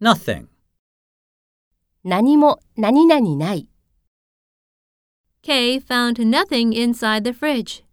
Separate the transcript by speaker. Speaker 1: Nothing.
Speaker 2: 何も何々ない。
Speaker 3: Kay found nothing inside the fridge.